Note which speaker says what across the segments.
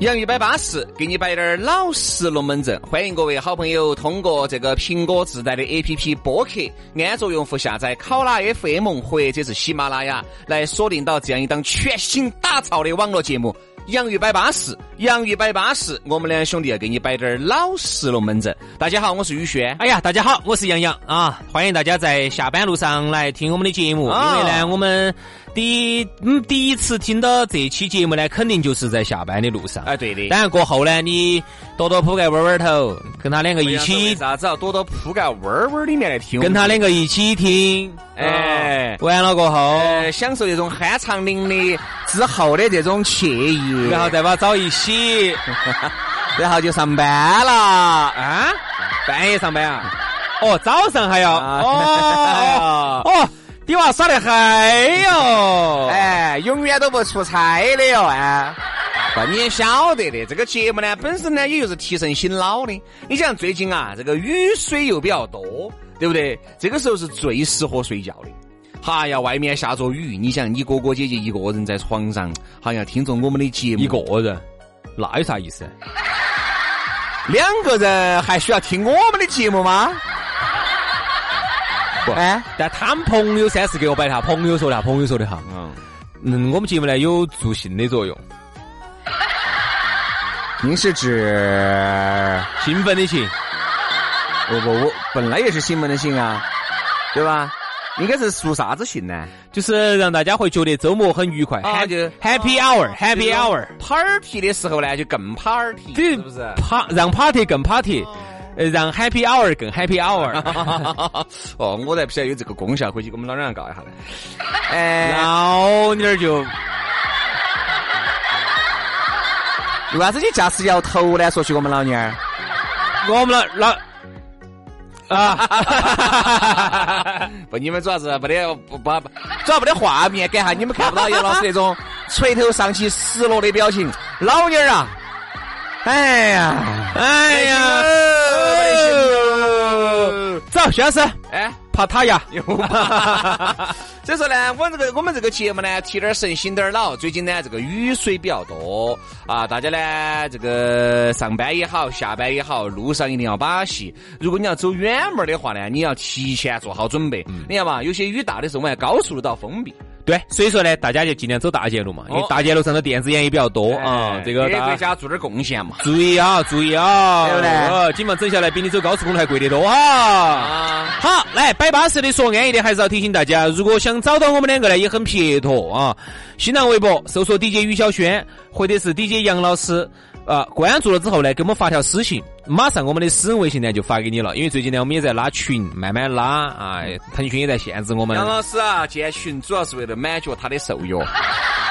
Speaker 1: 杨宇摆巴适，给你摆点儿老实龙门阵。欢迎各位好朋友通过这个苹果自带的 APP 播客，安卓用户下载考拉 FM 或者是喜马拉雅，来锁定到这样一档全新打造的网络节目。洋芋摆巴士，洋芋摆巴士，我们两兄弟要啊给你摆点儿老实龙门阵。大家好，我是宇轩。
Speaker 2: 哎呀，大家好，我是杨洋啊！欢迎大家在下班路上来听我们的节目，
Speaker 1: 啊
Speaker 2: 因为呢，我们第一嗯第一次听到这期节目呢，肯定就是在下班的路上。
Speaker 1: 哎，对的，
Speaker 2: 当然过后呢，你多多铺盖窝窝头，跟他两个
Speaker 1: 我
Speaker 2: 一
Speaker 1: 要说为
Speaker 2: 起，
Speaker 1: 啥子要躲到铺盖窝儿窝儿里面来听我们？
Speaker 2: 跟他两个一起听，
Speaker 1: 哎
Speaker 2: 啊完了过后，
Speaker 1: 呃，享受这种酣畅淋漓之后的这种惬意，
Speaker 2: 然后再把澡一洗，
Speaker 1: 哎然后就上班了。
Speaker 2: 啊，半夜上班啊？哦，早上还要
Speaker 1: 啊
Speaker 2: 哦 哦，你娃耍得嗨哟！
Speaker 1: 哎，永远都不出差的哟，哎。不，你也晓得的，这个节目呢，本身呢也就是提神醒脑的。你想最近啊，这个雨水又比较多，对不对？这个时候是最适合睡觉的。哈呀，外面下着雨，你想你哥哥姐姐一个人在床上，好像听着我们的节目，
Speaker 2: 一个人，那有啥意思？
Speaker 1: 两个人还需要听我们的节目吗？
Speaker 2: 不
Speaker 1: 哎，
Speaker 2: 但他们朋友三四给我摆的哈，朋友说的哈，朋友说的哈。
Speaker 1: 嗯，
Speaker 2: 嗯，我们节目呢有助兴的作用，
Speaker 1: 您是指？
Speaker 2: 兴奋的情。
Speaker 1: 我我我本来也是新闻的新啊，对吧？应该是属啥子姓呢？
Speaker 2: 就是让大家会觉得周末很愉快，
Speaker 1: 啊
Speaker 2: happy-
Speaker 1: 就
Speaker 2: Happy Hour，Happy Hour，
Speaker 1: party 的时候呢，就更 party，
Speaker 2: 这
Speaker 1: 是不是？
Speaker 2: pa 让 Party 更 Party，呃，让 Happy Hour 更 Happy Hour，
Speaker 1: 哦，我才不晓得有这个功效，回去给我们老娘告一下嘞。哎，
Speaker 2: 老妞儿就
Speaker 1: 为啥子你驾驶摇头呢？说起我们老娘儿，
Speaker 2: 我们老老啊，
Speaker 1: 不，你们主要是没得不不，主要没得画面感哈，你们看不到杨老师那种垂头丧气、失落的表情。老妞儿啊，哎呀，
Speaker 2: 哎呀，哎走，徐老师，
Speaker 1: 哎。
Speaker 2: 帕塔呀，
Speaker 1: 有吧？所以说呢， 我这个我们这个节目呢，提点儿神，醒点儿脑。最近呢，这个雨水比较多啊，大家呢，这个上班也好，下班也好，路上一定要把戏。如果你要走远门儿的话呢，你要提前做好准备。
Speaker 2: 嗯
Speaker 1: 你看嘛，有些雨大的时候，我们还高速路都要封闭
Speaker 2: 对，所以说呢，大家就尽量走大街路嘛，因为
Speaker 1: 哦
Speaker 2: 大街路上的电子烟也比较多啊、
Speaker 1: 哎
Speaker 2: 这个
Speaker 1: 给
Speaker 2: 大
Speaker 1: 国
Speaker 2: 家
Speaker 1: 家做点儿贡献嘛。
Speaker 2: 注意啊，注意啊，
Speaker 1: 对不对
Speaker 2: 哦，紧忙整下来，比你走高速公路还贵得多哈。
Speaker 1: 啊，
Speaker 2: 好，来摆巴适的说安逸的，还是要提醒大家，如果想找到我们两个呢，也很撇脱啊。新浪微博搜索 DJ 于小轩，或者是 DJ 杨老师。啊，关注了之后呢，给我们发条私信，马上我们的私人微信呢就发给你了。因为最近呢，我们也在拉群，慢慢拉啊，腾讯也在限制我们。
Speaker 1: 杨老师啊，建群主要是为了满足他的受药。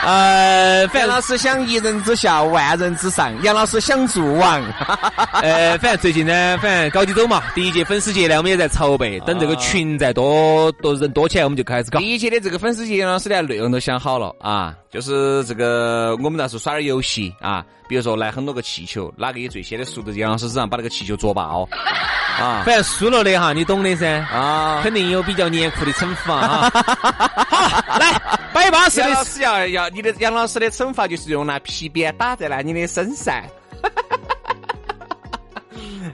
Speaker 2: 呃，反
Speaker 1: 杨
Speaker 2: 正
Speaker 1: 老师想一人之下，万人之上。杨老师想做王。
Speaker 2: 呃，反正最近呢，反正搞起走嘛，第一届粉丝节呢，我们也在筹备，等这个
Speaker 1: 啊
Speaker 2: 群再多多人多起来，我们就开始搞。
Speaker 1: 第一期的这个粉丝节，杨老师呢内容都想好了啊，就是这个我们到时候耍点游戏啊，比如说来很多个气球，哪个以最先的速度，杨老师只让把那个气球啄爆啊
Speaker 2: 反正输了的哈，你懂的噻，
Speaker 1: 啊！
Speaker 2: 肯定有比较严酷的惩罚啊。 好，来摆巴适
Speaker 1: 杨老
Speaker 2: 的，
Speaker 1: 师要要你的杨老师的惩罚就是用那皮鞭打在了你的身上。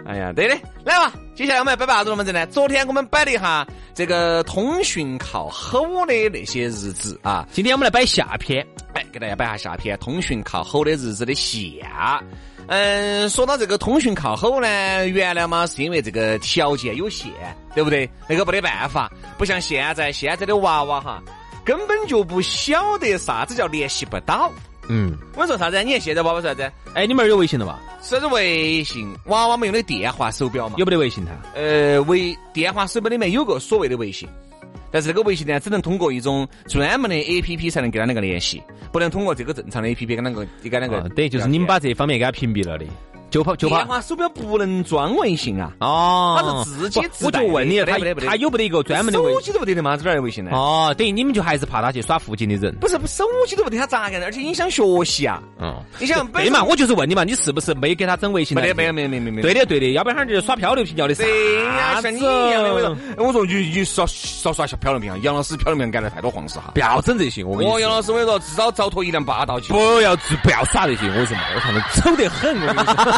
Speaker 1: 哎呀，对的，来吧，接下来我们来摆摆啥子龙门阵呢？昨天我们摆了一下这个通讯靠吼的那些日子啊，
Speaker 2: 今天我们来摆下篇，
Speaker 1: 哎，给大家摆下下篇通讯靠吼的日子的下。嗯，说到这个通讯靠吼呢，原来嘛是因为这个条件有限，对不对？那个没得办法，不像现在，现在的娃娃哈，根本就不晓得啥子叫联系不到。
Speaker 2: 嗯，
Speaker 1: 我说啥子？你看现在娃娃说啥子？
Speaker 2: 哎，你们儿有微信了吧？
Speaker 1: 这是微信，娃娃们用的电话手表嘛。
Speaker 2: 有没得微信他？
Speaker 1: 呃，微电话手表里面有个所谓的微信，但是这个微信呢，只能通过一种专门的 A P P 才能跟他两个联系，不能通过这个正常的 A P P 跟两个跟两个
Speaker 2: 啊
Speaker 1: 聊天。
Speaker 2: 等于就是你们把这方面给他屏蔽了的，就怕就
Speaker 1: 电
Speaker 2: 怕
Speaker 1: 话手表不能装微信啊。
Speaker 2: 哦
Speaker 1: 它是自己
Speaker 2: 不
Speaker 1: 自
Speaker 2: 我就
Speaker 1: 带的
Speaker 2: 问你，
Speaker 1: 不得
Speaker 2: 他
Speaker 1: 不得不得
Speaker 2: 他有没得一个专门的微
Speaker 1: 手
Speaker 2: 信？
Speaker 1: 机都不得的嘛，这哪来微信呢？
Speaker 2: 哦，等于你们就还是怕他去耍附近的人。
Speaker 1: 不是，不手机都不得，他咋个呢？而且影响学习啊！
Speaker 2: 嗯，
Speaker 1: 你想，
Speaker 2: 对嘛？我就是问你嘛，你是不是没给他整微信呢？
Speaker 1: 没得，没有，没有，没有，没有。
Speaker 2: 对的，对的，要不然他就是耍漂流瓶叫的啥
Speaker 1: 对呀，像你一样的，我说
Speaker 2: 子，
Speaker 1: 我说你你少少耍漂流瓶啊！杨老师漂流瓶干了太多黄事哈
Speaker 2: 不。要整这些，我跟你
Speaker 1: 我
Speaker 2: 说
Speaker 1: 杨。老师，我跟你说，至少早脱一辆霸道去。
Speaker 2: 不要去，不要耍这些，我跟你说嘛，我他们丑得很，我跟你说。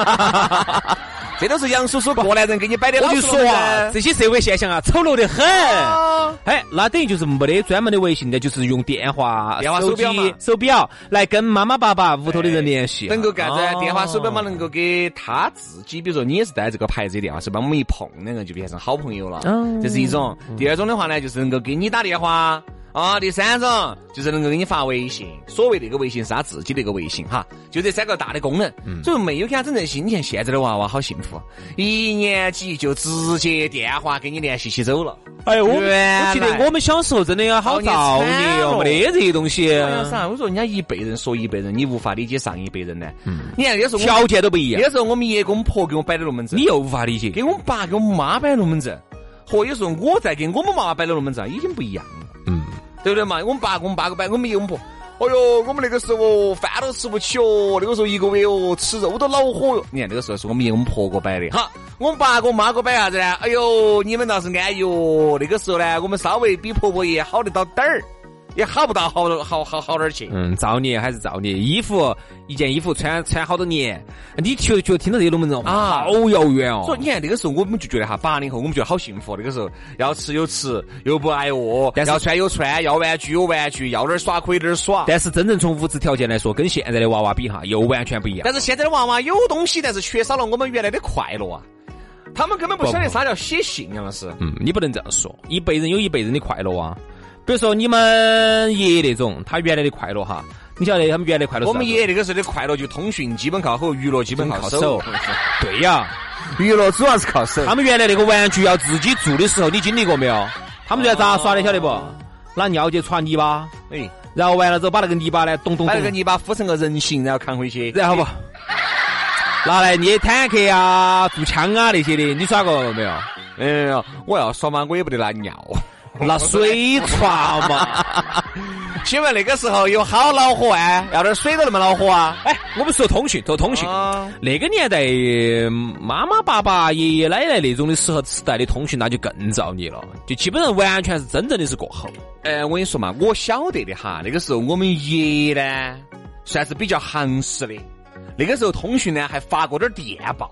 Speaker 1: 这都是杨叔叔过来人给你摆的。
Speaker 2: 我就说啊，这些社会现象啊，丑陋得很。
Speaker 1: 哦
Speaker 2: 哎，那等于就是没得专门的微信的，就是用电话、
Speaker 1: 电话手表嘛
Speaker 2: 手机手表来跟妈妈、爸爸、屋头的人联系，
Speaker 1: 能够干
Speaker 2: 哦
Speaker 1: 子？电话手表嘛，能够给他自己，比如说你也是带这个牌子的电话手表，我们一碰两个就变成好朋友了，
Speaker 2: 哦
Speaker 1: 这是一种。
Speaker 2: 嗯
Speaker 1: 第二种的话呢，就是能够给你打电话。啊，第三种就是能够给你发微信，所谓那个微信是他自己的一个微信哈，就这三个大的功能。
Speaker 2: 嗯
Speaker 1: 所以没有给他整这些，你看现在的娃娃好幸福，一年级就直接电话跟你联系起走了。
Speaker 2: 哎呦，我们我
Speaker 1: 原
Speaker 2: 记得
Speaker 1: 来
Speaker 2: 我们小时候真的要好造孽哦，
Speaker 1: 好
Speaker 2: 没
Speaker 1: 孽
Speaker 2: 得这些东西，
Speaker 1: 哎呀，啥？我说人家一辈人说一辈人，你无法理解上一辈人呢。你看那时候我
Speaker 2: 条件都不一样，
Speaker 1: 那时候我们爷给我们婆给我们摆的龙门阵，
Speaker 2: 你又无法理解。
Speaker 1: 给我们爸给我们妈摆的龙门阵，和有时候我在给我们妈妈摆的龙门阵已经不一样了，
Speaker 2: 嗯，
Speaker 1: 对不对嘛？我们爸给我们爸给我摆，我们爷我们婆。哎呦，我们那个时候饭都吃不起哦，那个时候一个月哦吃肉都恼火哟。你看那个时候是我们爷我们婆给我摆的，哈，我们爸给我妈给我摆啥子呢？哎呦，你们倒是安逸哦。那个时候呢，我们稍微比婆婆爷好得到点儿，也好不到好好好好哪儿去。
Speaker 2: 嗯，造孽还是造孽，衣服一件衣服穿穿好多年，你就就听到这些龙门阵
Speaker 1: 啊
Speaker 2: 好遥远哦。
Speaker 1: 所以你看那个时候我们就觉得哈，八零后我们觉得好幸福。那个时候要吃有吃，又不挨饿，
Speaker 2: 但是
Speaker 1: 要穿有穿，要玩具有玩具，要哪儿耍可以哪儿耍。
Speaker 2: 但是真正从物质条件来说，跟现在的娃娃比哈，又完全不一样。
Speaker 1: 但是现在的娃娃有东西，但是缺少了我们原来的快乐啊。他们根本不晓得啥叫写信，杨老师。
Speaker 2: 嗯，你不能这样说，一辈人有一辈人的快乐啊。比如说你们爷那种，他原来的快乐哈，你晓得他们原来的快乐是
Speaker 1: 我
Speaker 2: 啥子
Speaker 1: 们爷那个时候的快乐就通讯基本靠后，娱乐基本靠手
Speaker 2: 手，对呀、
Speaker 1: 娱乐主要是靠手。
Speaker 2: 他们原来那个玩具要自己做的时候，你经历过没有？他们原
Speaker 1: 哦
Speaker 2: 来咋耍的，晓得不？拿尿去刷泥巴，
Speaker 1: 哎，
Speaker 2: 然后完了之后把那个泥巴呢，咚咚
Speaker 1: 把
Speaker 2: 咚
Speaker 1: 那个，泥巴敷成个人形，然后扛回 去。
Speaker 2: 然后不，拿来捏坦克啊、做枪啊那些的，你耍过没有？
Speaker 1: 哎呀，我要耍嘛，我也不得拿尿。
Speaker 2: 拿水刷嘛。
Speaker 1: 请问那个时候哦有好恼火啊？要点水都那么恼火啊？
Speaker 2: 哎，我们说通讯，说通讯。
Speaker 1: 啊
Speaker 2: 那个年代，妈妈、爸爸、爷爷奶奶那种的时候时代的通讯，那就更造孽了，就基本上完全是真正的是过后。
Speaker 1: 呃，我跟你说嘛，我晓得的哈，那个时候我们爷呢算是比较行实的，那个时候通讯呢还发过点电报。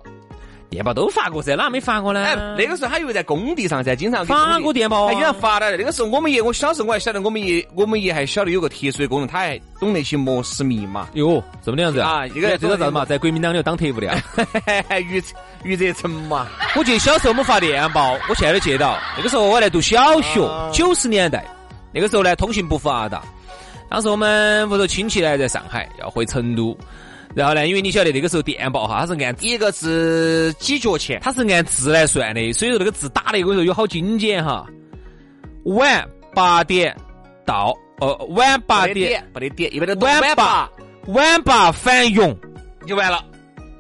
Speaker 2: 电报都发过噻，哪没发过呢？
Speaker 1: 哎，那个时候他又在工地上噻，经常给
Speaker 2: 嗯发
Speaker 1: 工地
Speaker 2: 过电报啊。
Speaker 1: 还经常发的。那个时候我们爷，我小时候我还晓得我们爷，我们爷还晓得有个特殊的功能，他还懂那些摩斯密码
Speaker 2: 哟，这么的样子
Speaker 1: 啊一个
Speaker 2: 这个啥子嘛，在国民党里头当特务的啊。
Speaker 1: 余余则成嘛，
Speaker 2: 我记得小时候我们发电报，我现在都记得到。那个时候我还读小学，九十年代，那个时候呢通讯不发达，当时我们屋头亲戚呢在上海，要回成都，然后呢，因为你晓得那个时候电报哈，它是按
Speaker 1: 一个是几角钱，
Speaker 2: 它是按字来算的，所以说那个字打的有时候有好精简哈。晚八点到，呃，晚八
Speaker 1: 不得
Speaker 2: 点，
Speaker 1: 不得点，一般都
Speaker 2: 晚
Speaker 1: 晚
Speaker 2: 八，晚八返佣，
Speaker 1: 就完了。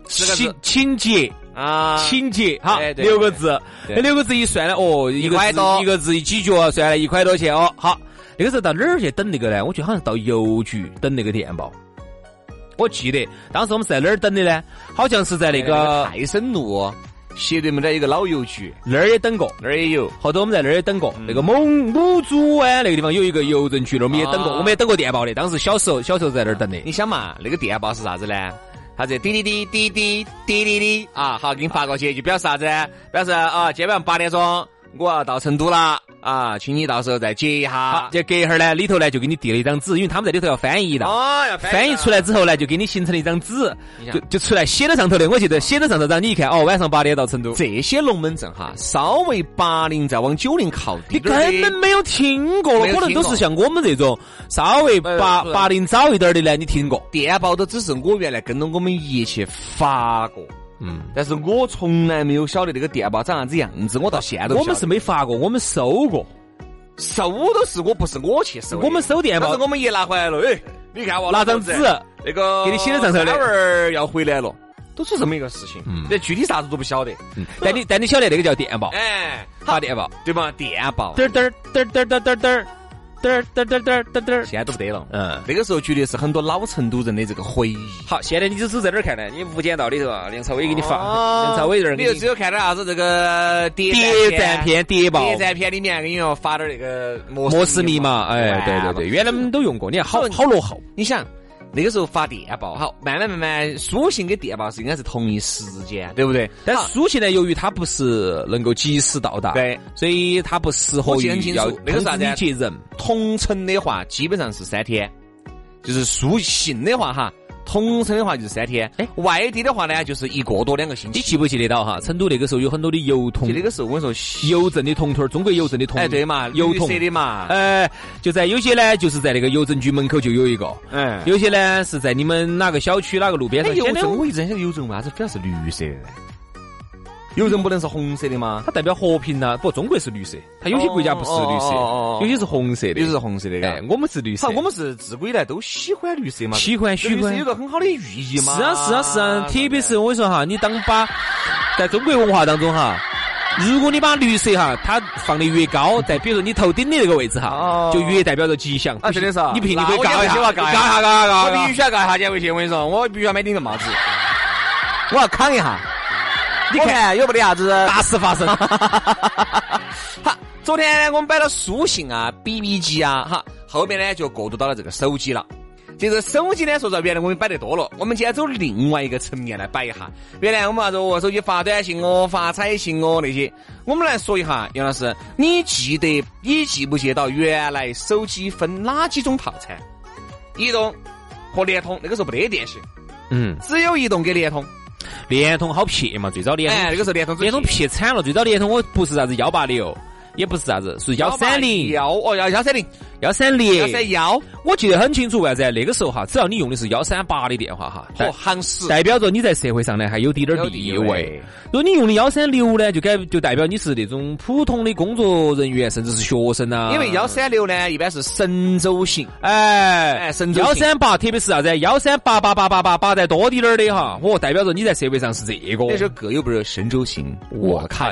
Speaker 1: 四个字
Speaker 2: 请请节，
Speaker 1: 啊，
Speaker 2: 请节哈
Speaker 1: 对，对
Speaker 2: 六个字，
Speaker 1: 对
Speaker 2: 那六个字一算呢，哦，一个
Speaker 1: 块
Speaker 2: 字
Speaker 1: 多
Speaker 2: 一个字一几角，算了一块多钱哦。好，那个时候到哪儿去等那个呢？我觉得好像是到邮局等那个电报。我记得当时我们是在哪儿等的呢？好像是在那
Speaker 1: 哎那个
Speaker 2: 个
Speaker 1: 泰森路斜对门的一个老邮局，
Speaker 2: 那儿也等过。
Speaker 1: 那儿也有。嗯
Speaker 2: 后头我们在那儿也等过，那个某母猪湾啊那个地方有一个邮政局，那儿我们也等过，
Speaker 1: 啊
Speaker 2: 我们也等过电报的。当时小时候，小时候在那儿等的。
Speaker 1: 你想嘛，那个电报是啥子呢？啥子滴滴滴滴滴滴滴滴啊啊？好，给你发过去就表示啥子？表示啊，今晚八点钟我要到成都了啊，请你到时候再截一
Speaker 2: 好
Speaker 1: 下，。
Speaker 2: 就隔一会儿呢，里头呢就给你递了一张纸，因为他们在里头要翻译的。
Speaker 1: 哦，要
Speaker 2: 翻译出来之后呢，就给你形成了一张纸，就就出来写到上头的。我记得写到上头，让你一看，哦，晚上八点到成都。
Speaker 1: 这些龙门阵哈，稍微八零再往九零靠低
Speaker 2: 你根
Speaker 1: 点儿的，
Speaker 2: 本没有听过，
Speaker 1: 没有
Speaker 2: 可能
Speaker 1: 听过
Speaker 2: 都是像我们这种稍微八
Speaker 1: 不是
Speaker 2: 八零早一点的呢，你听过。
Speaker 1: 电报都只是我原来跟着我们一起发过，
Speaker 2: 嗯，
Speaker 1: 但是我从来没有晓得那个电报长啥子样子，我到现在都不
Speaker 2: 我
Speaker 1: 晓得
Speaker 2: 们是没发过，我们收过，
Speaker 1: 收都是我不是我去收的，
Speaker 2: 我们收电
Speaker 1: 但
Speaker 2: 报
Speaker 1: 是，我们一拿回来了，哎，你看我
Speaker 2: 拿张纸，
Speaker 1: 那个
Speaker 2: 给你写在上头的嗯
Speaker 1: 三哦儿要回来了，都是这么一个事情，但具体啥子都不晓得，
Speaker 2: 但你但你晓得那个叫电报，
Speaker 1: 哎，
Speaker 2: 发电报，
Speaker 1: 对吧？电报
Speaker 2: 嘚儿嘚儿嘚儿嘚儿嘚儿嘚儿嘚儿嘚儿嘚儿嘚儿嘚儿嘚儿。
Speaker 1: 现在都不得了，
Speaker 2: 嗯，
Speaker 1: 那个时候绝对是很多老成都人的这个回忆。
Speaker 2: 好，现在你只是在哪儿看呢？你《无间道》里头啊，梁朝伟给你发，
Speaker 1: 哦
Speaker 2: 梁朝伟这儿
Speaker 1: 你
Speaker 2: 给
Speaker 1: 就
Speaker 2: 你
Speaker 1: 只有看到啥子这个谍
Speaker 2: 谍战片、谍报、
Speaker 1: 谍战片里面给你要发点那个摩
Speaker 2: 摩斯密码，哎，对
Speaker 1: 完
Speaker 2: 对
Speaker 1: 了
Speaker 2: 对，原来我们都用过，你看好
Speaker 1: 说
Speaker 2: 好落后。
Speaker 1: 你想那个时候发电报，好，慢慢慢慢，书信跟电报是应该是同一时间，对不对？
Speaker 2: 但
Speaker 1: 好
Speaker 2: 书啊信呢，由于它不是能够及时到达，
Speaker 1: 对，
Speaker 2: 所以它不适合
Speaker 1: 我记得很
Speaker 2: 于
Speaker 1: 清
Speaker 2: 要
Speaker 1: 楚那个
Speaker 2: 通
Speaker 1: 是啥
Speaker 2: 知
Speaker 1: 子
Speaker 2: 你
Speaker 1: 啊
Speaker 2: 接人。
Speaker 1: 同城的话基本上是三天，就是书信的话哈，同城的话就是三天，
Speaker 2: 哎
Speaker 1: 外地的话呢就是一个多两个星
Speaker 2: 你
Speaker 1: 期。
Speaker 2: 记不记得到哈？成都那个时候有很多的邮筒
Speaker 1: 就，那个时候我跟你说，
Speaker 2: 邮政的铜腿儿，中国邮政的铜，
Speaker 1: 哎对嘛，
Speaker 2: 邮
Speaker 1: 绿
Speaker 2: 筒
Speaker 1: 色。的嘛，
Speaker 2: 呃，就在有些呢，就是在那个邮政局门口就有一个，
Speaker 1: 嗯。
Speaker 2: 有些呢是在你们哪个小区哪个路边
Speaker 1: 哎，
Speaker 2: 上。哦
Speaker 1: 邮
Speaker 2: 现在
Speaker 1: 政我一直在想，邮政为啥子非要是绿色的呢？邮政不能是红色的吗？
Speaker 2: 它代表和平呐、不，中国是绿色，它有些国家不是绿色，
Speaker 1: 哦哦哦哦哦
Speaker 2: 有些是红色的。
Speaker 1: 绿色是红色的，
Speaker 2: 哎
Speaker 1: 嘎，
Speaker 2: 我们是绿色。
Speaker 1: 好，我们是自古以来都喜欢绿色嘛，
Speaker 2: 喜欢
Speaker 1: 这
Speaker 2: 喜
Speaker 1: 绿色
Speaker 2: 欢
Speaker 1: 有个很好的寓意嘛。
Speaker 2: 是啊是啊是啊，特别是我跟你说哈，你当把在中国文化当中哈，如果你把绿色哈，它放的越高，在比如说你头顶的那个位置哈
Speaker 1: 哦，
Speaker 2: 就越代表着吉祥。
Speaker 1: 啊真的是啊
Speaker 2: 你不信你可
Speaker 1: 那
Speaker 2: 以
Speaker 1: 我也
Speaker 2: 搞一下，
Speaker 1: 不
Speaker 2: 搞
Speaker 1: 信我
Speaker 2: 一下，
Speaker 1: 搞一下我
Speaker 2: 搞一下，搞一下，搞
Speaker 1: 必
Speaker 2: 一
Speaker 1: 须
Speaker 2: 下。
Speaker 1: 要干一下减微信，我跟你说，我必须要买顶个帽子，我要扛一下。你看有没得啥子？
Speaker 2: 大事发生，
Speaker 1: 好，昨天呢，我们摆了书信啊、BB 机啊，哈，后面呢就过渡到了这个手机了。这个手机呢，说实话，原来我们摆得多了。我们今天走另外一个层面来摆一下。原来我们啥子哦，手机发短信哦、发彩信哦那些，我们来说一下，杨老师，你记得你记不记得到原来手机分哪几种套餐？移动和联通，那个时候没得电信，
Speaker 2: 嗯，
Speaker 1: 只有移动跟联通。
Speaker 2: 联通好撇嘛，最早联
Speaker 1: 哎，
Speaker 2: 通，
Speaker 1: 那个时候联通只
Speaker 2: 联通撇惨了，最早联通我不是啥子幺八六，也不是啥子，是幺三零、
Speaker 1: 幺哦幺幺三零
Speaker 2: 幺三
Speaker 1: 幺
Speaker 2: 零，
Speaker 1: 三幺，
Speaker 2: 我记得很清楚，为啥子？那个时候哈，只要你用的是幺三八的电话哈，
Speaker 1: 嚯，夯实。
Speaker 2: 代表着你在社会上呢还有滴点儿
Speaker 1: 有
Speaker 2: 地
Speaker 1: 地
Speaker 2: 位
Speaker 1: 位。
Speaker 2: 如果你用的幺三六呢，就该就代表你是那种普通的工作人员，甚至是学生啊。
Speaker 1: 因为幺三六呢，一般是神州行，
Speaker 2: 哎
Speaker 1: 哎神州
Speaker 2: 幺
Speaker 1: 行
Speaker 2: 三八，特别是啥子幺三八八八八八八再多滴点儿的哈，我代表着你在社会上是这个。
Speaker 1: 那首歌有不是《神州行》，哦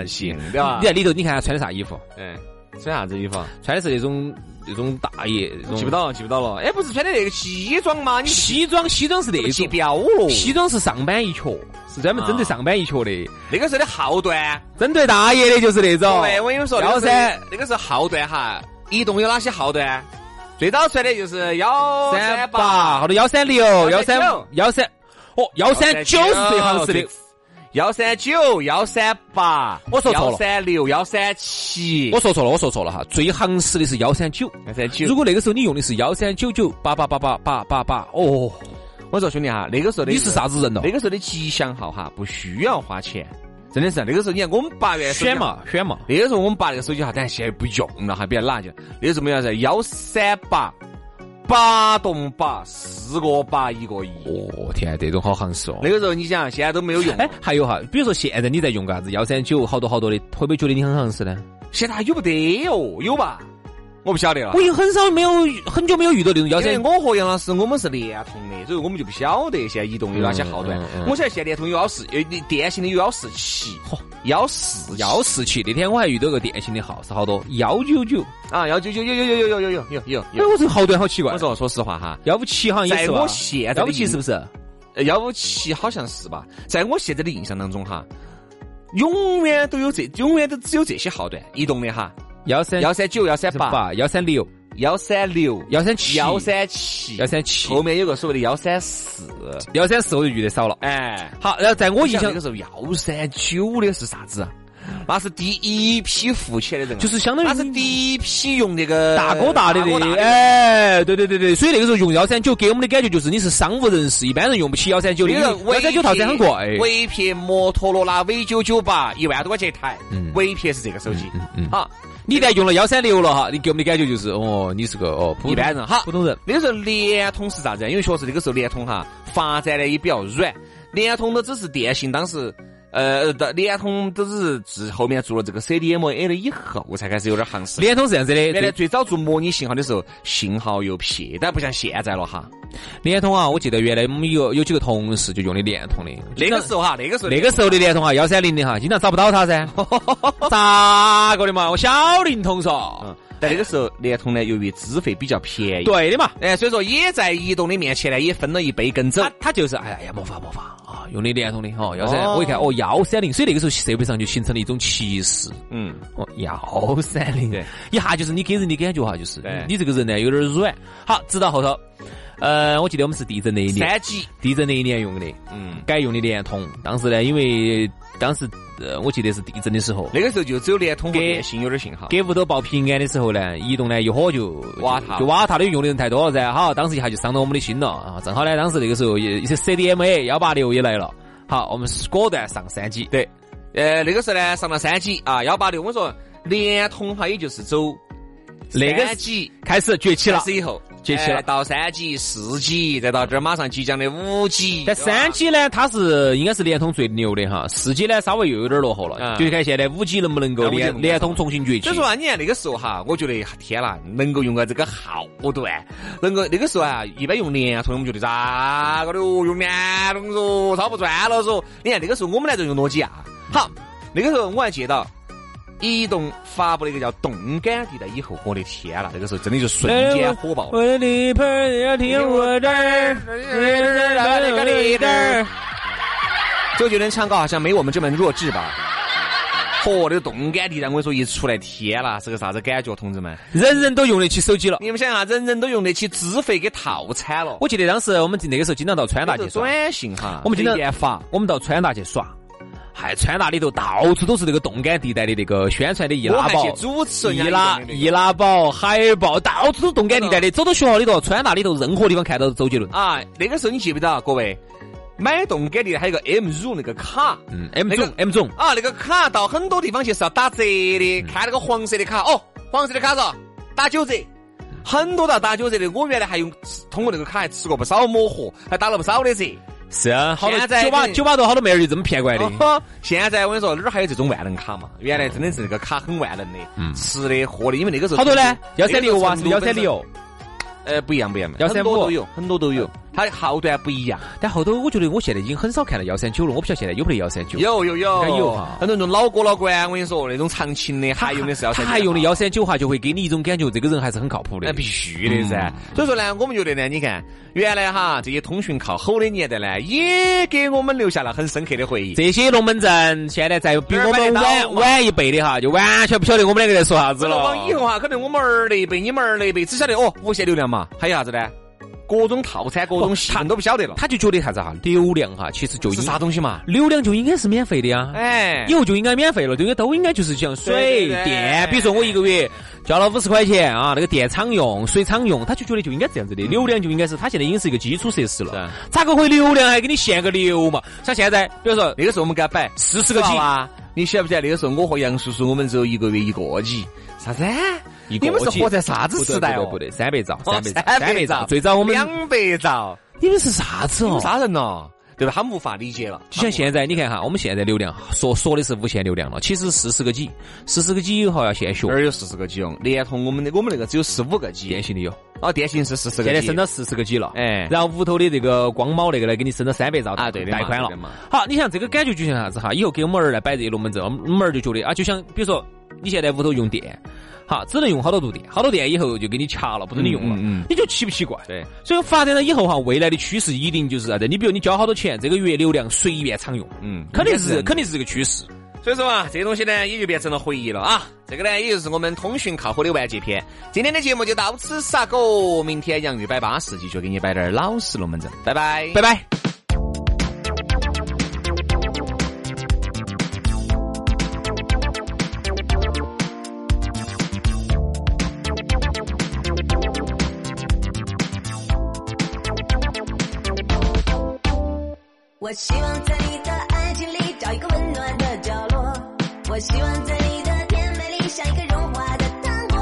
Speaker 1: 行，对吧
Speaker 2: 你？在里头，你看他穿的啥衣服？
Speaker 1: 嗯，穿啥子衣服啊？
Speaker 2: 穿的是那种那种大爷，那种
Speaker 1: 记不到了，记不到了。哎，不是穿的那个西装吗？你
Speaker 2: 西装，西装是那
Speaker 1: 记
Speaker 2: 种。
Speaker 1: 标了。
Speaker 2: 西装是上班一瘸，是专门针对
Speaker 1: 啊
Speaker 2: 上班一瘸的，
Speaker 1: 那个时候的后段，
Speaker 2: 针对大爷的就是那种。
Speaker 1: 对，我跟你们说，
Speaker 2: 幺
Speaker 1: 那个时候
Speaker 2: 三
Speaker 1: 那个时候后段哈，移动有哪些后段？最早出来的就是幺
Speaker 2: 三八，
Speaker 1: 八
Speaker 2: 好、多幺三六、幺三
Speaker 1: 139
Speaker 2: 幺三，哦，幺三九是最好使的。
Speaker 1: 哦幺三九、幺三八，
Speaker 2: 我说错了
Speaker 1: 幺三六、幺三七，
Speaker 2: 我说错了，我说错了哈，最行使的是幺三九。
Speaker 1: 幺三九
Speaker 2: 如。果那个时候你用的是幺三九九八八八八八八八，哦，
Speaker 1: 我说兄弟啊哈，那个时候的
Speaker 2: 你是啥子人哦
Speaker 1: 那？个时候的吉祥号哈，不需要花钱，真的是啊那个时候。你看我们八月
Speaker 2: 选，嘛选嘛，
Speaker 1: 那个时候我们八那个手机哈，但现在不用了哈，比较垃圾。那个时候我们要在啊幺三八八栋八四个八一个一。
Speaker 2: 哦天，这种好行使哦
Speaker 1: 那。个时候你想，现在都没有用。
Speaker 2: 哎，还有哈，比如说现在你在用个啥子幺三九，好多好多的，会不会觉得你很行使呢？
Speaker 1: 现在还有不得哦，有吧？我不晓得了
Speaker 2: 我。已经很少没有很久没有遇到那种幺
Speaker 1: 因为
Speaker 2: 三。
Speaker 1: 我和杨老师我们是联通的，所以我们就不晓得现在移动有哪些号段
Speaker 2: 嗯嗯嗯。
Speaker 1: 我晓得现在联通有幺四，呃，电信的有幺四七、幺四
Speaker 2: 幺四七，那天我还遇到个电信的号是好多幺九九，
Speaker 1: 啊，幺九九有有有有有有有有
Speaker 2: 哎，
Speaker 1: 有。
Speaker 2: 我这个号段好奇怪
Speaker 1: 我。说，说实话哈，
Speaker 2: 幺五七好像也
Speaker 1: 在
Speaker 2: 是吧
Speaker 1: 我现在
Speaker 2: 幺
Speaker 1: 的
Speaker 2: 五七
Speaker 1: 印
Speaker 2: 啊是不是？
Speaker 1: 幺五七呃好像是吧？在我现在的印象当中哈，永远都有这，永远都只有这些号段，移动的哈，
Speaker 2: 幺三
Speaker 1: 幺三九、幺三八、
Speaker 2: 八幺三六
Speaker 1: 幺三六、
Speaker 2: 幺三七
Speaker 1: 幺三七、
Speaker 2: 幺三七
Speaker 1: 后面有个所谓的幺三四，
Speaker 2: 幺三四我就遇得少了。
Speaker 1: 哎，
Speaker 2: 好，然后在我
Speaker 1: 我
Speaker 2: 印
Speaker 1: 印象
Speaker 2: 象
Speaker 1: 那个时候幺三九的是啥子啊？那是第一批富起来的人啊，
Speaker 2: 就是相当于
Speaker 1: 那是第一批用这个
Speaker 2: 大哥大的
Speaker 1: 大哥大
Speaker 2: 的，
Speaker 1: 的
Speaker 2: 哎，对对对对，所以那个时候用幺三九给我们的感觉就是你是商务人士，一般人用不起幺三九的，
Speaker 1: 比
Speaker 2: 因
Speaker 1: 如说
Speaker 2: 为幺三九套餐很哎贵。
Speaker 1: 维撇摩托罗拉 V 九九八一万多块钱一台，
Speaker 2: 嗯
Speaker 1: 维撇是这个手机，好，
Speaker 2: 你一旦用了幺三六了哈，你给我们的感觉就是哦，你是个哦普
Speaker 1: 一般人哈
Speaker 2: 普通人。
Speaker 1: 那个时候联通是啥子啊？因为确实那个时候联通哈发展的也比较软，联通都只是电信当时。呃，的联通都是自后面做了这个 CDMA 了以后，才开始有点行势。
Speaker 2: 啊联通是这样子的，
Speaker 1: 原来
Speaker 2: 这
Speaker 1: 最早做模拟信号的时候，信号又撇，但不像现在了哈。
Speaker 2: 联通啊，我记得原来我们有有几个同事就用的联通的，
Speaker 1: 那个时候哈，那个时候
Speaker 2: 那个时候的联通啊，幺三零的哈，经常找不到他 噻，咋个的嘛？我小灵通嗦，
Speaker 1: 嗯，但那个时候联通呢，由于资费比较便宜，，
Speaker 2: 对的嘛。
Speaker 1: 哎，所以说也在移动的面前呢，也分了一杯羹
Speaker 2: 他
Speaker 1: 走。
Speaker 2: 他就是哎呀哎呀，没法没法啊，用的联通的哦，幺三，
Speaker 1: 哦
Speaker 2: 我一看哦幺三零，所以那个时候设备上就形成了一种歧视
Speaker 1: 嗯，
Speaker 2: 哦幺三零
Speaker 1: 对，
Speaker 2: 一下就是你给人的感觉哈，就是
Speaker 1: 对
Speaker 2: 你这个人呢有点软。好，直到后头，呃，我记得我们是地震那一年，
Speaker 1: 三 G，
Speaker 2: 地震那一年用的，
Speaker 1: 嗯，
Speaker 2: 改用的联通。当时呢，因为当时呃，我记得是地震的时候，
Speaker 1: 那个时候就只有联通和
Speaker 2: 给
Speaker 1: 电信有点信号。
Speaker 2: 给屋头报平安的时候呢，移动呢一火就
Speaker 1: 瓦塔
Speaker 2: 就瓦塔的用的人太多了噻，好，当时一下就伤到我们的心了啊！正好呢，当时那个时候也一些 CDMA 幺八六也来了，好，我们果断上三 G，
Speaker 1: 对，呃，那个时候呢，上了三 G 啊，幺八六，我说联通它也就是走
Speaker 2: 那个
Speaker 1: 三 G
Speaker 2: 开始崛起了
Speaker 1: 开。始以后，
Speaker 2: 崛起了
Speaker 1: 哎到三 G、四 G，再到这儿马上即将的五 G，
Speaker 2: 但三 G 呢，它是应该是联通最牛的哈，四 G 呢稍微又有点落后了，
Speaker 1: 嗯
Speaker 2: 就看现在五 G 能不能够
Speaker 1: 啊五 G
Speaker 2: 联
Speaker 1: 能不能
Speaker 2: 联通重新崛起
Speaker 1: 所以。说啊，你看那个时候哈，我觉得天啦，能够用个这个号段，能够那个时候啊，一般用联通，我们觉得咋个的哦，用联通嗦，超不赚了嗦。你看那个时候我们来就用诺基亚，好，那个时候我还记得。移动发布了一个叫“动感地带”以后，我的天啦，那个时候真的就瞬间火爆了。
Speaker 2: 我的地盘儿要听我的
Speaker 1: 哎
Speaker 2: 儿，我的儿
Speaker 1: 周杰伦唱歌好像没我们这么弱智吧？嚯，那个动感地带，我跟你说一出来，天啦，是个啥子感觉，同志们？
Speaker 2: 人人都用得起手机了。
Speaker 1: 你们想啊，人人都用得起资费给套餐了。
Speaker 2: 我记得当时我们哎那个时候经常到川大
Speaker 1: 就
Speaker 2: 去
Speaker 1: 是
Speaker 2: 耍，
Speaker 1: 短信哈，
Speaker 2: 我们经常
Speaker 1: 可以研发，
Speaker 2: 我们到川大去耍，嗨，川大里头到处都是那个动感地带的那个宣传的易
Speaker 1: 我
Speaker 2: 拉
Speaker 1: 还
Speaker 2: 宝
Speaker 1: 去。主持人
Speaker 2: 易
Speaker 1: 家
Speaker 2: 拉
Speaker 1: 移动的那个
Speaker 2: 易拉宝、海报，到处都是动感地带的。走到学校里头，川大里头，任何地方看到周杰伦。
Speaker 1: 啊，那个时候你记不记得啊，各位买动感地还有个 M 乳那个卡，
Speaker 2: 嗯，M
Speaker 1: 那个
Speaker 2: 总，M 总，
Speaker 1: 啊，那个卡到很多地方去是要打折的，
Speaker 2: 嗯
Speaker 1: 看那个黄色的卡，哦，黄色的卡嗦，打九折。很多都要打九折的，我原来还用通过那个卡还吃过不少抹盒，还打了不少的折。
Speaker 2: 是啊，好多
Speaker 1: 现在
Speaker 2: 酒吧
Speaker 1: 你
Speaker 2: 酒吧头好多妹儿就这么骗过来的。
Speaker 1: 哦现在我跟你说，哪儿还有这种万能卡嘛？原来真的是那个卡很万能的，吃的喝的，因为那个时候
Speaker 2: 嗯好多呢，
Speaker 1: 那个
Speaker 2: 幺
Speaker 1: 时候
Speaker 2: 三六啊，
Speaker 1: 成
Speaker 2: 是
Speaker 1: 都
Speaker 2: 幺
Speaker 1: 本身
Speaker 2: 三六。
Speaker 1: 呃，不一样，不一样，
Speaker 2: 135
Speaker 1: 很多都有，很多都有，它的号段不一样。
Speaker 2: 但后头我觉得我现在已经很少看到幺三九了，我不晓得现在有没得幺三九。
Speaker 1: 有有有
Speaker 2: 应该有哈
Speaker 1: 很多那种老哥老倌，我跟你说，那种长情的，还用的是要
Speaker 2: 他还用的
Speaker 1: 要，
Speaker 2: 幺三九哈，哎就会给你一种感觉，这个人还是很靠谱的。
Speaker 1: 哎那必须的噻。
Speaker 2: 嗯
Speaker 1: 所以说呢，我们觉得呢，你看原来哈这些通讯靠吼的年代呢，也给我们留下了很深刻的回忆。
Speaker 2: 这些龙门阵现在在比我
Speaker 1: 哪儿买
Speaker 2: 们
Speaker 1: 得到
Speaker 2: 晚
Speaker 1: 嘛
Speaker 2: 晚一辈的哈，就完全不晓得我们两个在说啥子了。
Speaker 1: 往以后哈，可能我们儿那一辈，你们儿那一辈，只晓得哦无限流量嘛，还有啥子呢？各种套餐，各种他都不晓得啊了，
Speaker 2: 哦他就觉得啥子哈，流量哈，其实就应
Speaker 1: 是啥东西嘛？
Speaker 2: 流量就应该是免费的呀。
Speaker 1: 哎
Speaker 2: 以，后就应该免费了，对不对？都应该就是像水
Speaker 1: 对对对
Speaker 2: 电，比如说我一个月交了五十块钱啊，那个电厂用、水厂用，他就觉得就应该这样子的。流量就应该是，他现在已经是一个基础设施
Speaker 1: 嗯是
Speaker 2: 了
Speaker 1: 啊，
Speaker 2: 咋个会流量还给你限个流嘛？像现在，比如说
Speaker 1: 那个时候我们给他摆
Speaker 2: 四十
Speaker 1: 这
Speaker 2: 个
Speaker 1: 个
Speaker 2: G，
Speaker 1: 几啊？你晓不晓得那个时候我和杨叔叔我们只有一个月一个几？啥子？
Speaker 2: 一个
Speaker 1: 你们是
Speaker 2: 几
Speaker 1: 活在啥子
Speaker 2: 不对
Speaker 1: 时代
Speaker 2: 不
Speaker 1: 哦
Speaker 2: 对？不对，三百兆，
Speaker 1: 哦
Speaker 2: 三百兆，三百兆。
Speaker 1: 兆，
Speaker 2: 最早我们
Speaker 1: 两百兆，
Speaker 2: 你们是啥子
Speaker 1: 你
Speaker 2: 哦
Speaker 1: 们？啥人咯？对吧？他们无法理解了。
Speaker 2: 就像现在，你看哈，我们现在流量说说的是无限流量了，其实四十个 G，四十个 G 以后要限学
Speaker 1: 哪，儿有四十个 G 用？联通我们的我们那个只有十五个 G，
Speaker 2: 电信的有，
Speaker 1: 哦，电信是四十个 G，
Speaker 2: 现在升到四十个 G 了。
Speaker 1: 哎
Speaker 2: 然后屋头的这个光猫那个呢，给你升到三百兆
Speaker 1: 啊对的嘛
Speaker 2: 带宽了
Speaker 1: 对的嘛。
Speaker 2: 好，你想这个感觉就像啥子哈？以后给我们儿来摆这些龙门阵，我们我们儿就觉得啊，就像比如说你现在屋头用电，好，只能用好多度电，好多电以后就给你掐了，不准你用了，
Speaker 1: 嗯嗯嗯
Speaker 2: 你就奇不奇怪？
Speaker 1: 对，
Speaker 2: 所以发展到以后哈，未来的趋势一定就是啥子？你比如你交好多钱，这个月流量随便常用，
Speaker 1: 嗯
Speaker 2: 肯定
Speaker 1: 应该是这
Speaker 2: 是
Speaker 1: 样
Speaker 2: 肯定是这个趋势。
Speaker 1: 所以说嘛，这些东西呢，也就变成了回忆了啊。这个呢，也就是我们通讯靠火的完结篇。今天的节目就到此杀狗，明天杨玉摆巴适，继续给你摆点儿老实龙门阵，拜拜。
Speaker 2: 拜拜。
Speaker 3: 我希望在你的爱情里找一个温暖的角落，我希望在你的甜美里像一个融化的糖果，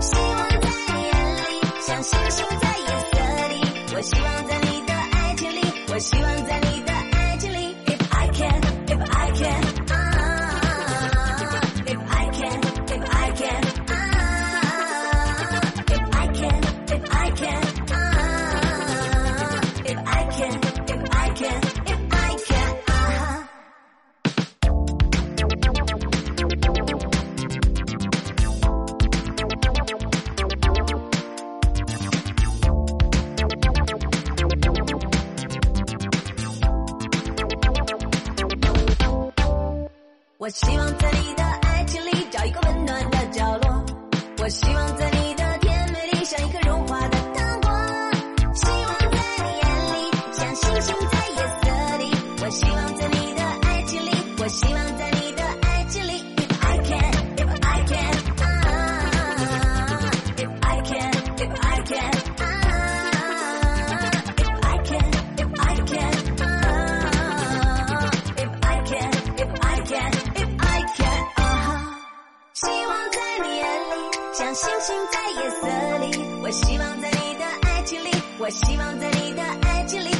Speaker 3: 希望在你眼里像星星在夜色里，我希望在你的爱情里，我希望在你的爱情里，If I can, If I can, ah, If I can, If I can, ah, If I can, If I can, ah, If I can, If I can, If I can, ah. 我希望在你的爱情里找一个温暖的角落，我希望在你的甜美里像一个融化的糖果，希望在你眼里像星星在夜色里，我希望在你的爱情里，我希望在你的爱情里，If I can, If I uh can, ah, If I can, If I can, ah, If I can, If I can, ah, If I can, If I can, If I can, ah. 希望在你眼里像星星在夜色里，我希望在你的爱情里，我希望在你的爱情里 uh, uh, uh, uh. Ah, Ah, Ah.